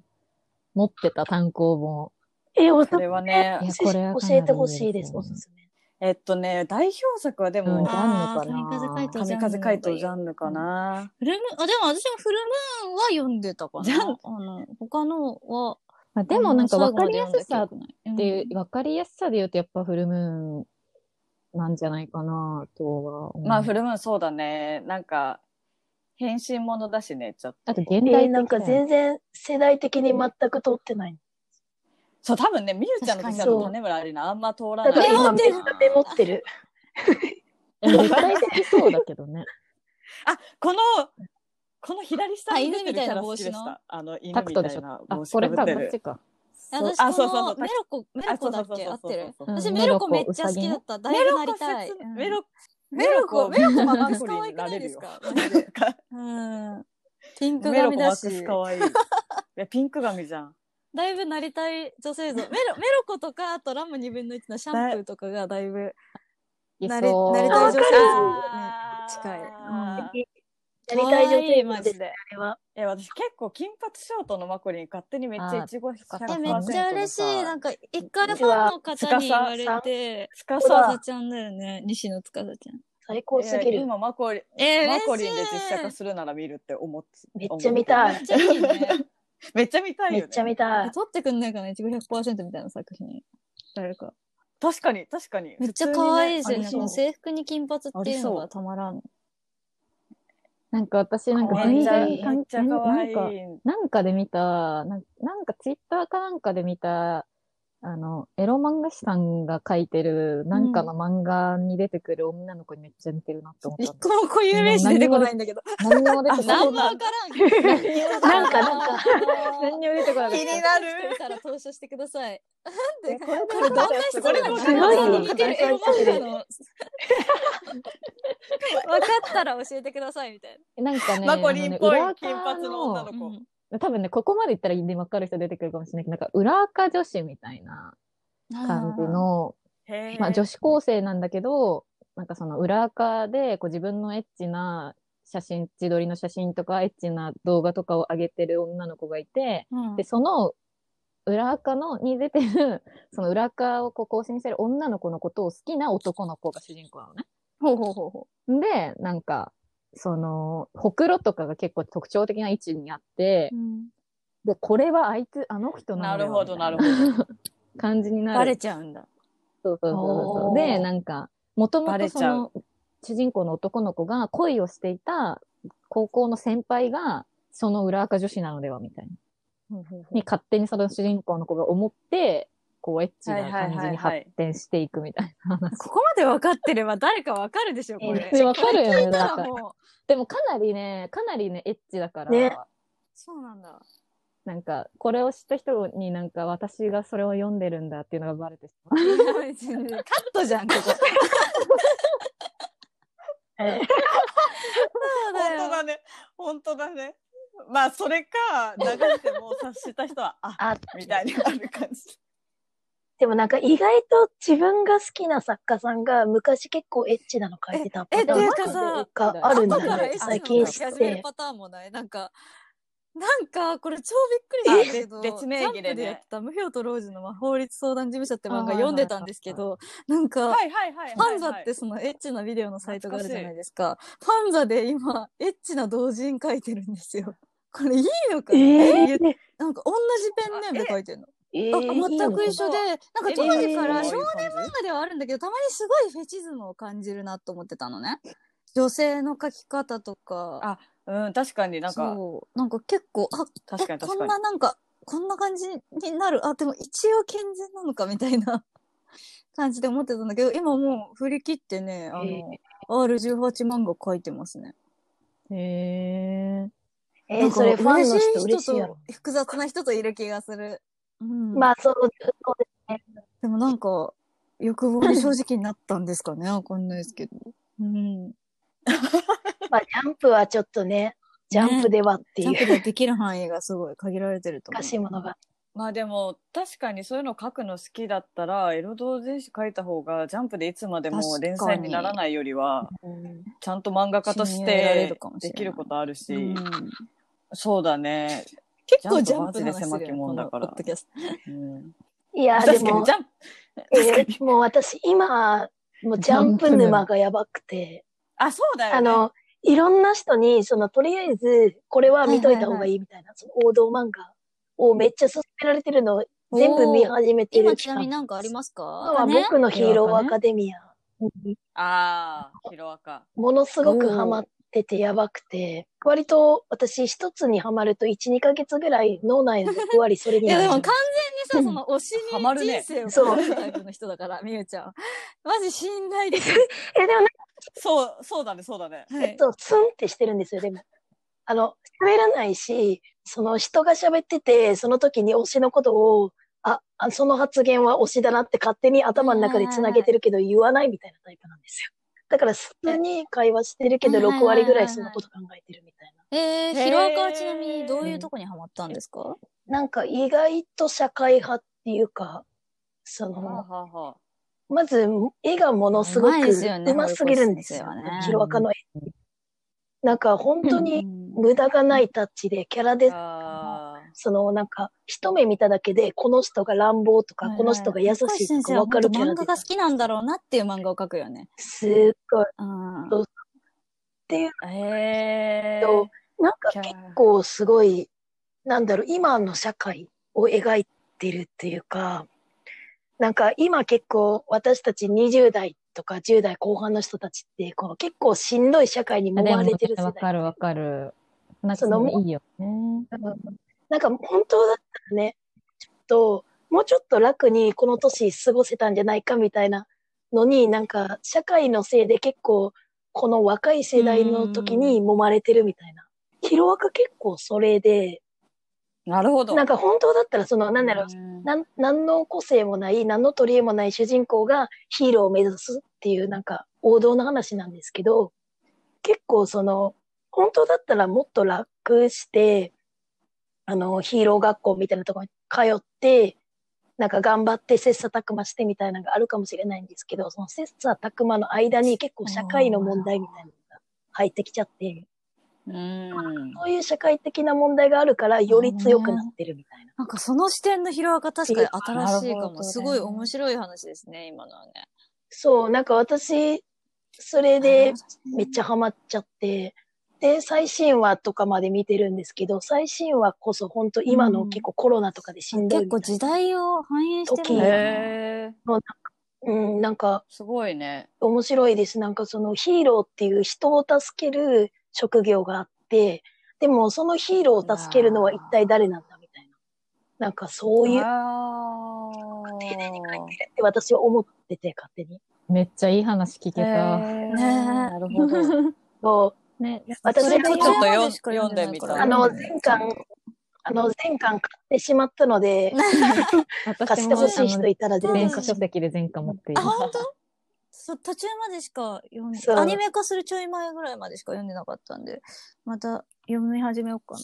持ってた単行本。
え、おすす
こ
め
れはね
いや
教え
これはかなり
教えてほしいで
いいで
す、
すよね
おすすめ。
えっとね代表作はで
うん、
も
ジ、ャン
あ
ヌかな。
ー神風怪盗
神風怪盗ジャンヌかな、
フルムあ、でも私もフルムーンは読んでたかな。
ジャン
あの、他のは。
まあ、でもなんか
あ
わ
ん
か
ま
り
最
や
後まです
さっ
読んだ記憶ない
ていう、わかりやすさで言うとやっぱフルムーンなんじゃないかなとは思う。
まあフルムーンそうだねなんか変身ものだしねちょっと
あと現代的だよ
えー、
ね
なんか全然世代的に全く通ってない。
そう多分ねみゆちゃんの時だ
確か
と
に
種村アリナあんま通らない
だから今
あ
めっちゃメモってる。
い
[LAUGHS]
や絶対好きそうだけどね。
このこの左下に出てるキャラ好きでし
あ犬みたいな帽子の
たあの犬
タク
み
ト
た
でし
い
ょ
な
あ、
帽子
これ
ぶ
か、
って
こっ
る
ちか。
私、
あそう
こ
そう
の
そう
メロコ、メロコだっけ合
あ
ってる
そうそうそうそう
うん
私、メロコめっちゃ好きだった。だいぶなりたい。うん
メロ
メロコ、メロコマックス可
メロコ
愛くないですかマ
な
ジ
ん
で。
か
うん。ピンク
メロ
髪
コマ
だ
ッ
し
ク、ス可愛いいやピンク髪じゃん
だいぶなりたい女性像。メロ、メロコとか、あとラム二分の一のシャンプーとかがだいぶ、
い
な
そ
り、
う。
なりたい女性像ね。近い
あー
やりたい女
可愛い
性
マ
なんで
ジ
す
で。
あれは。
え私結構金髪ショートのマコリン勝手にめっちゃいちご100%
え、めっちゃ嬉しい。な
なん
か、一回ファンの方に言われて、
つか
つか
さ
さちゃんだよね。西野つかさちゃん。
最高すぎ
いや
る。
今マコリン
えー、
マコ
嬉しい。
リンで実写化するなら見るって思って
めっちゃ見た
め
い
っ。ちゃいいよね。
めっちゃ見たい
め
よ
っちゃ
ね
見た
え
い。
撮ってくんないかな一部100%みたいな作品。誰か。
確かに確かに
めっちゃ可愛いですよ
普
ね。
通
こ
に
の制服に金髪っていうの
あ
が
り
たまらん。
なんか私なんか
め
全
っちゃ
然
めっちゃ
関
可愛い
なんか、なんかで見た、なんなんかツイッターかなんかで見た、あの、エロ漫画師さんが書いてる、なんかの漫画に出てくる女の子にめっちゃ似てるなって思った
一
んだ
個も固有名詞出てこないんだけど。
何にも出てこな
[LAUGHS] 何
い
もわからんけど。
なんかなんか、
何にも出てこなかっ
気
た。
になる。から投書してください。なんで、これ
どんな人これ
どんな人
すごいね
似てるエロ漫画の。分かったら教えてくださいみたい
なんかね、
マコリンっぽい金髪の
女
女
な。
の
の
子、
うん
子。多分ね、ここまで行ったらで分かる人出てくるかもしれないけど、なんか裏垢女子みたいな感じの、
へー
まあ女子高生なんだけど、なんかその裏垢でこう自分のエッチな写真、自撮りの写真とかエッチな動画とかを上げてる女の子がいて、
うん
で、その裏垢の、に出てる、 [LAUGHS] その裏垢をこう更新してる女の子のことを好きな男の子が主人公なのね。
ほうほうほうほ
で、なんか、その、ほくろとかが結構特徴的な位置にあって
う。、
で、これはあいつ、あの人な
な
のよ
るほどなる
み
ほど
たいな感じになる。
バレちゃうんだ。
そうそうそうそう。
おー
で、なんか、もとも
バ
と
レ
そ
ちゃ
の
う、
主人公の男の子が恋をしていた高校の先輩が、その裏垢女子なのでは、みたいな。に勝手にその主人公の子が思って、こう、エッチな感
はいはい
じ
はい
に
はい
発展していくみたいな話。
ここまで分かってれば誰か分かるでしょ、こ
え
れ。 [LAUGHS]
[LAUGHS]
ー
わかるよね、
た
なん
ら
か。
もう、
でもかなりね、かなりね、エッチだから、
ね
そうなんだ。
なんか、これを知った人になんか、私がそれを読んでるんだっていうのがバレてしまう。
いや別にカットじゃん、ここ。そうだよ
本当だね本当だねまあそれか流しても察した人はあ
あ、
みたいになる感じ
でもなんか意外と自分が好きな作家さんが昔結構エッチなの書いてたパ
え
ターン
っていうかさ
があるんだ
後からエ
ね
ッ
って
チなの
最近
書
知
き
っ
始める
て。
パターンもないなんか、なんか、これ超びっくりしたんだけど、
え別名義
ジャ
でね
ンプやってた、無表と老人の法律相談事務所って漫
あー
画読んでたんですけど、なんか、
はいはいはい
フ
は
ァ
い
ンザ
は
って
い
そのエッチなビデオのサイトがあるじゃないですか。ファンザで今、エッチな同人書いてるんですよ。これいいのかな、
えー
なんか同じペンネームで書いてるの。
え
あ
ーいい
全
の
く
かな
一緒で、なんか当時から少年漫
漫
画ではあるんだけど、たまにすごいフェチズムを感じるなと思ってたのね。女性の書き方とか。
あうん確かになんか
そう。なんか結構、あ、
確かに
え
確
こ
か
ん
に
ななんか、こんな感じになる。あ、でも一応健全なのかみたいな [LAUGHS] 感じで思ってたんだけど、今もう振り切ってね、あの、R18 漫画書いてますね。
へ
え
な
ー
んか
それファンの人嬉
嬉
し
し
い
い
や
人
ろ
と。複雑な人といる気がする。うん。
まあそう、そう
でもなんか、
欲望に正直になったんですかね。わかんないですけど。うん。
まあ、ジャンプはちょっとね、ジャンプではって
ジ
い
ャンプ
う
でできる範囲がすごい限られてると思う。
難しいものが。
まあでも確かにそういうの書くの好きだったらエロ同人誌書いた方がジャンプでいつまでも連載にならないよりは
うん
ちゃんと漫画家とし
信用得られ
て
るかもしれない
できることあるし、
うん
そうだね、
結構ジャンプの話
ジャンプマジで狭き門だから
このポッドキャスト
うん、
いや、で
確かに
も
ジ、ャンプ
えーもう私今、もうジャンプ沼がやばくて、
あそうだよね
あの、いろんな人に、その、とりあえず、これは見といた方がいいみたいな、その王道漫画をめっちゃ勧められてるのを全部見始めてる
今
期
ちなみ
間
に。なんかありますか
は
ね
僕のヒーローアカデミアに
ああヒロアカ
ものすごくハマっててやばくて、割と私一つにハマると1、2ヶ月ぐらい脳内の6割それ
い
に
や
[LAUGHS]
な
で
る。
も完全にさ、その推し
ハマ
に
るね
人生をかけるタイプの人だから、みゆちゃん。マジ信頼できる。
え、でもなんか
そうそうだねそうだね
は
ちょっ
い。
とツンってしてるんですよ、でも。あの、喋らないし、その人が喋ってて、その時に推しのことを、あ、あその発言は推しだなって勝手に頭の中で繋げてるけど言わないみたいなタイプなんですよ。だから普通に会話してるけど
え
6割ぐらいそのこと考えてるみたいな。
えー、
へー
ヒロアカはちなみにどういうとこにハマったんですか、
なんか意外と社会派っていうか、そ
は
の、
あ、はあはあ、
まず絵がものすご
うまい
く
ですよね
うますぎるんですよ
堀越先生は。ね
ヒロアカの絵。なんか本当に無駄がないタッチで、キャラで、
あ
そのなんか一目見ただけで、この人が乱暴とか、この人が優しいとかわかるキャラ
漫画
で
が、好きなんだろうなっていう漫画を描くよね。
すっごい。っ
うん。
ていう
ーへえ
と、なんか
キャ
結
ラ
構すごい、なんだろう、今の社会を描いてるっていうか、なんか今結構私たち20代とか10代後半の人たちって、この結構しんどい社会に
あ
揉
で
ま
もね
れてる世
わか
代。
るわかる。なんか
そ
そ
の
のいいよね。
なんか本当だったらね、ちょっと、もうちょっと楽にこの年過ごせたんじゃないかみたいなのに、なんか社会のせいで結構、この若い世代の時に揉まれてるみたいな。ヒロアカ結構それで、
なるほど
なんか本当だったら、その、なんだろう、
うん
なん、何の個性もない、何の取り柄もない主人公がヒーローを目指すっていう、なんか王道な話なんですけど、結構その、本当だったらもっと楽して、あの、ヒーロー学校みたいなところに通って、なんか頑張って切磋琢磨してみたいなのがあるかもしれないんですけど、その切磋琢磨の間に結構社会の問題みたいなのが入ってきちゃって、
うん
そういう社会的な問題があるからより強くなってるみたいな。
なんかその視点のヒロアカ確かに新し
なる
いか
ほど
も。
ね
すごい面白い話ですね、今のはね。
そう、なんか私、それでめっちゃハマっちゃって、で、最新話とかまで見てるんですけど、最新話こそ本当今
う
の
ん
結構コロナとかでしんどい
結
みた
構
い
時代を反映してるん
時
だな。
へえ
なのなんか、うん、なんか
すごいね
面白いです。なんかそのヒーローっていう人を助ける職業があって、でもそのヒーローを助けるのは一体誰なんだみたいな。なんかそういう
あー
って私は思ってて、勝手に。
めっちゃいい話聞け
へ
た。
ー
ねえ
なるほど
そ
[LAUGHS]
う
ね、
私
そ
が
れ
今
途中までしか
読んでみ
み
た
た
あの、前巻、あの、前巻買ってしまったので、
私
貸して
も
ほしい
あ
人
の
いたら全然
電
貸
子
し
書籍で全巻持っている
あ、。本当そう、途中までしか読ん
そう
アニメ化するちょい前ぐらいまでしか読んでなかったんで、また読み始めようか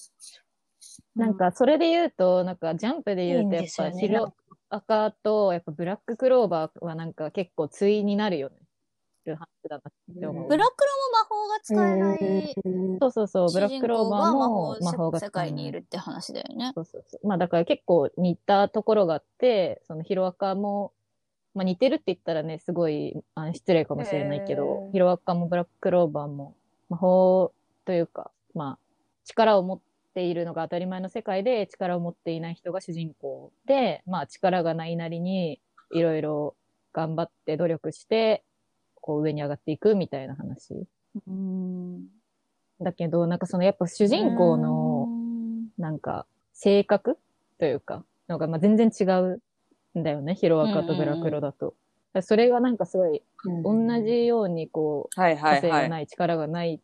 な。
なんか、それで言うと、なんか、ジャンプで言うと、
いい
や
ん
っ
ですよ
ぱ、
ね
白赤と、やっぱ、ブラッククローバーは、なんか、結構、対になるよね。る話だなって思う。
うん、ブラクロも魔法が使えない
うん
そうそうそう、ブ
主
ラック
人
クロー
公
バ
が
ー
魔
も
法
魔法が使
世
え
界
ない
にいるって話だよね。
そうそうそう。まあ、だから結構似たところがあって、その、ヒロアカも、まあ、似てるって言ったらね、すごい、あ失礼かもしれないけ
へ
ど
ー、
ヒロアカもブラッククローバーも、魔法というか、まあ、力を持っているのが当たり前の世界で、力を持っていない人が主人公で、まあ、力がないなりに、いろいろ頑張って努力して、こう上に上がっていくみたいな話。
うん。
だけど、なんかそのやっぱ主人公の、なんか、性格というか、のが、まあ、全然違うんだよね。ヒロアカとブラクロだと。だからそれがなんかすごい、同じようにこう、
はいは
個
い
性が
は
ないい、力がない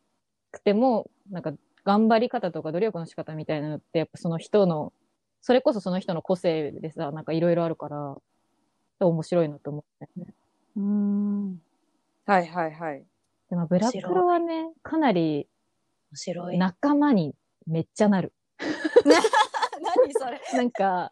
くても、なんか、頑張り方とか努力の仕方みたいなのって、やっぱその人の、それこそその人の個性でさ、なんかいろいろあるから、面白いなと思って。
うん。
はいはいはい。
でも、ブラプロはね、かなり
白い。
仲間にめっちゃなる。
[LAUGHS] 何それ。
[LAUGHS] なんか、は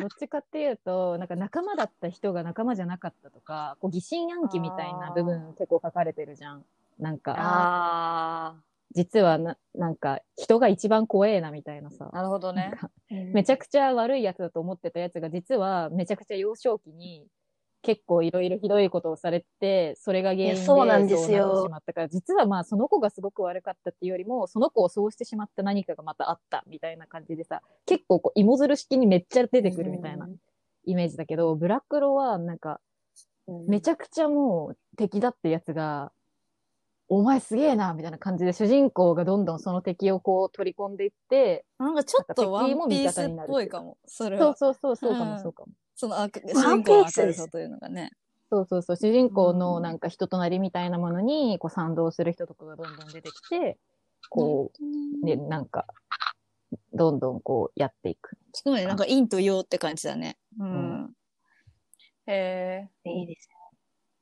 どっちかっていうと、なんか仲間だった人が仲間じゃなかったとか、こう疑心暗鬼みたいな部分結構書かれてるじゃん。なんか、
あ
実はな、なんか人が一番怖えなみたいなさ
あ、。なるほど
なん
ね。
か
め
めちゃくちゃ悪いやつだと思ってたやつが、実はめちゃくちゃ幼少期に結構いろいろひどいことをされて、それが原因
い
で
や
そ
そうう
な
な
っ
ん
て
ですよ
しまったから、実はまあその子がすごく悪かったっていうよりも、その子をそうしてしまった何かがまたあったみたいな感じでさ、結構こう芋づる式にめっちゃ出てくるみたいなイメージだけど、ブラクロはなんかめちゃくちゃもう敵だってやつが、お前すげえなみたいな感じで主人公がどんどんその敵をこう取り込んでいって、
なんかちょっとワン
なんか
ピ
敵
ー
も味方
ス
にな
っ
る
ぽいかも。それ
そう
は。
そうそうそうか
う
も
ん
そうかも。
その悪、主
ワ
人
ンピ
公
ー
の
ス
明
で
る
す
さというのがね。
そうそうそう、主人公
う
の
ん
なんか人となりみたいなものに、こう賛同する人とかがどんどん出てきて、こう、ね、なんか、どんどんこうやっていく。
聞くのになんか陰と陽って感じだね。うん。
へえ。
いいですね。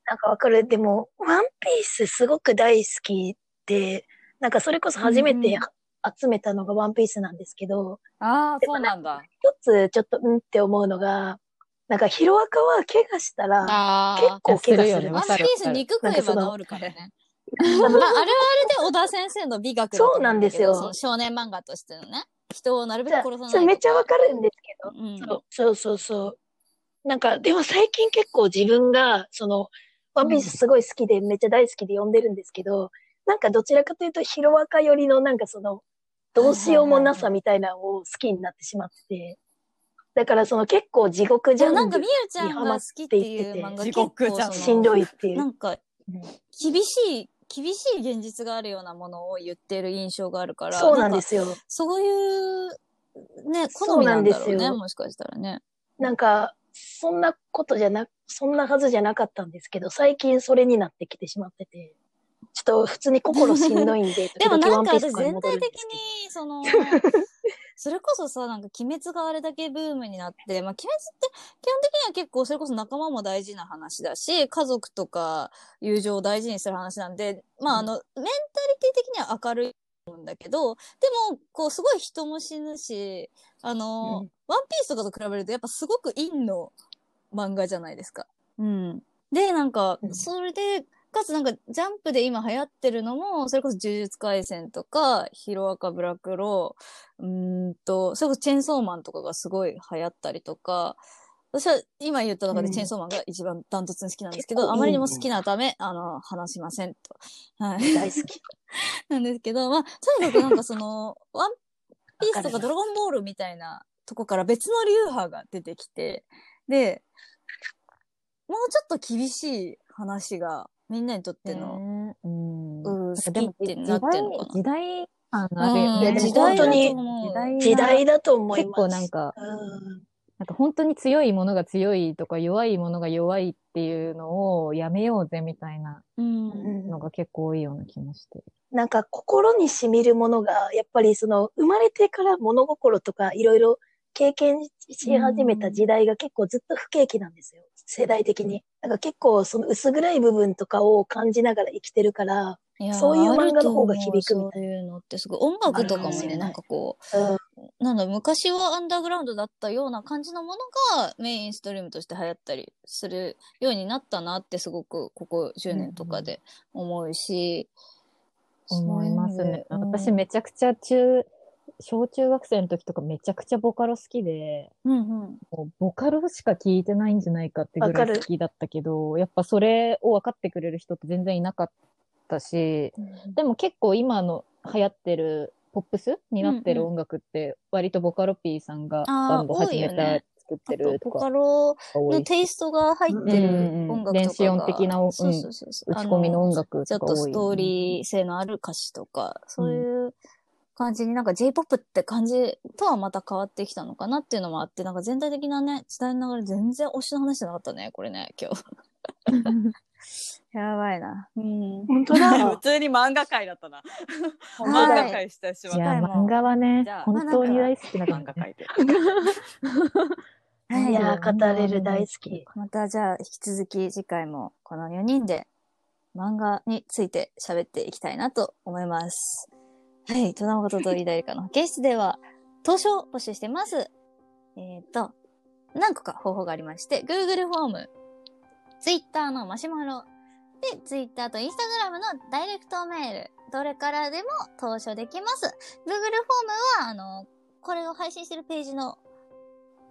なんかわかる。でも、ワンピースすごく大好きで、なんかそれこそ初め
うんう
て
ん
集めたのがワンピースなんですけど、
ああ、そうなんだ。
一つちょっとうんって思うのが、なんかヒロアカは怪我したら結
ああ。
構怪我する
いやする
ワ
よねわ
ン
か
ピ
[LAUGHS]
ー
る
ス肉食えば治るからね。ああれはあれで小田先生の美学だと思だけど
そうなんですよ
その少年漫画としてのね。人をなるべ
じ
く
ゃあ
殺さない
それめっちゃわ
る。
かるんですけど、
うん。
そうそうそうそう。なんか、でも最近結構自分が、その、ワンピースすごい好きで、めっちゃ大好きで読んでるんですけど、なんかどちらかというと、ヒロアカ寄りのなんかその、どうしようもなさみたいなのを好きになってしまってて、だからその結構地獄じ
で
ゃ
も
ん
なんかみゆちゃんが好きっていう漫画
地
結
獄
構
じゃん
その
しんどいってい
な
う。
んか
うん
厳しい厳しい現実があるようなものを言ってる印象があるから
そうなんですすよ。
そういうね
そ
好
う
み
な
なんん
で
だろ
す
う
よ
ねもしかしたら
[LAUGHS]
ね。
なんか、そんなことじゃな、そんなはずじゃなかったんですけど、最近それになってきてしまってて、ちょっと普通に心しんどいん [LAUGHS] で、
でも
時々
な
ワ
ん
ン
か
ピース
私
とかに
全
戻
体
るんで
的
すけど
にそのそれこそさなんか鬼滅があれだけブームになってまあ鬼滅って基本的には結構それこそ仲間も大事な話だし家族とか友情を大事にする話なんでまああの、メンタリティ的には明るいと思うんだけどでもこうすごい人も死ぬしあの、
うん
ワンピースとかと比べるとやっぱすごく陰の漫画じゃないですか。うん、でなんか
うん
それでかつなんかジャンプで今流行ってるのも、それこそ呪術廻戦とか、ヒロアカブラクロ、うーんと、それこそチェーンソーマンとかがすごい流行ったりとか、私は今言った中で
うん
チェーンソーマンが一番ダントツに好きなんですけ
結
ど、
構いい
あまりにも好きなため、あの、話しませんと。はい。
大好き。
なんですけど、まあ、とにかくなんかそ
[LAUGHS]
の、ワンピースと
わか
か
るな
ドラゴンボールみたいなとこから別の流派が出てきて、で、もうちょっと厳しい話がみんなにとっての、
ねうん
うん
なんかでも
好きってなってんのかな
時代時代感があるよね。
うんい
で
や
も
時代だと
思う
時代
が
だと思い
結
ます。
構なんか、
うん
なんか本当に強いものが強いとか弱いものが弱いっていうのをやめようぜみたいな
うん。
のが結構多いような気もして。
なんか心に染みるものが、やっぱりその生まれてから物心とかいろいろ経験し始めた時代が結構ずっと不景気なんですよ。世代的に。なんか結構その薄暗い部分とかを感じながら生きてるから、
いやー
そういう漫画の方が
あると思う
響くみた
そういうのってすごい。音楽とかも
あるかもしれ
ね、
ない
なんかこ
うん
う、なんだ、昔はアンダーグラウンドだったような感じのものがメインストリームとして流行ったりするようになったなってすごくここ10年とかで思うし。
思いますね。
そういうので
私、めちゃくちゃ中、小中学生の時とかめちゃくちゃボカロ好きで、
うんうん。
もうボカロしか聞いてないんじゃないかってぐら
わ
い
かる
好きだったけど、やっぱそれを分かってくれる人って全然いなかったし、でも結構今の流行ってるポップスになって
う
る
んう
音楽って割とボカロ P さんが
あー
バンド始め
多いよ
た
ね
作っ
あ
て
と、
ると
ボカ
か
ロ
が多
の
いし
テイストが入って
うんうん
る
うん
音楽とかが、
電子音的なお
そうそうそうそう。
打ち込み
あ
の音楽
ちょ
と
っと
か多
ス
い
トー
よね。
リー性のある歌詞とか、そういう感じになんか J-POP って感じとはまた変わってきたのかなっていうのもあって、なんか全体的なね、時代の流れ全然推しの話じゃなかったね、これね、今日。やばいな。うん。
本当だ。
[LAUGHS] 普通に漫画界だったな。
本当
漫
だ
画界したし、
いや、
回も
漫画はね
じゃあ、
本当に大好きだか
漫
らね
画界で。
いやー、語れる大好き。
またじゃあ引き続き次回もこの4人で漫画について喋っていきたいなと思います。はい。戸田誠と飯田理香の保健室では、投書を募集してます。えっ、と、何個か方法がありまして、Google フォーム、Twitter のマシュマロ、で、Twitter と Instagram のダイレクトメール、どれからでも投書できます。Google フォームは、あの、これを配信してるページの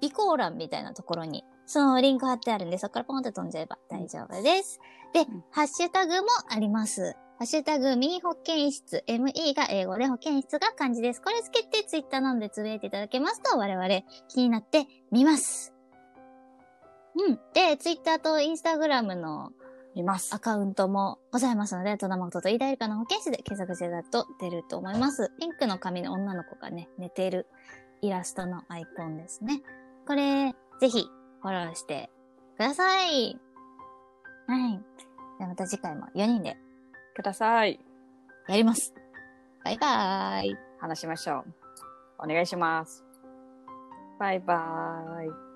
備考欄みたいなところに、そのリンク貼ってあるんで、そこからポンって飛んじゃえば大丈夫です。で、ハッシュタグもあります。ハッシュタグ、ミー保健室、ME が英語で保健室が漢字です。これつけて、ツイッターなんでつぶやいていただけますと、我々気になって見ます。うん。で、ツイッターとインスタグラムの
います
ア。カウントもございますので、戸田誠と飯田エリカの保健室で検索していただくと出ると思います。ピンクの髪の女の子がね、寝ているイラストのアイコンですね。これ、ぜひ、フォローしてください。はい。じゃあまた次回も4人で
[LAUGHS] ください。
やります。バイバーイ。
話しましょう。お願いします。バイバーイ。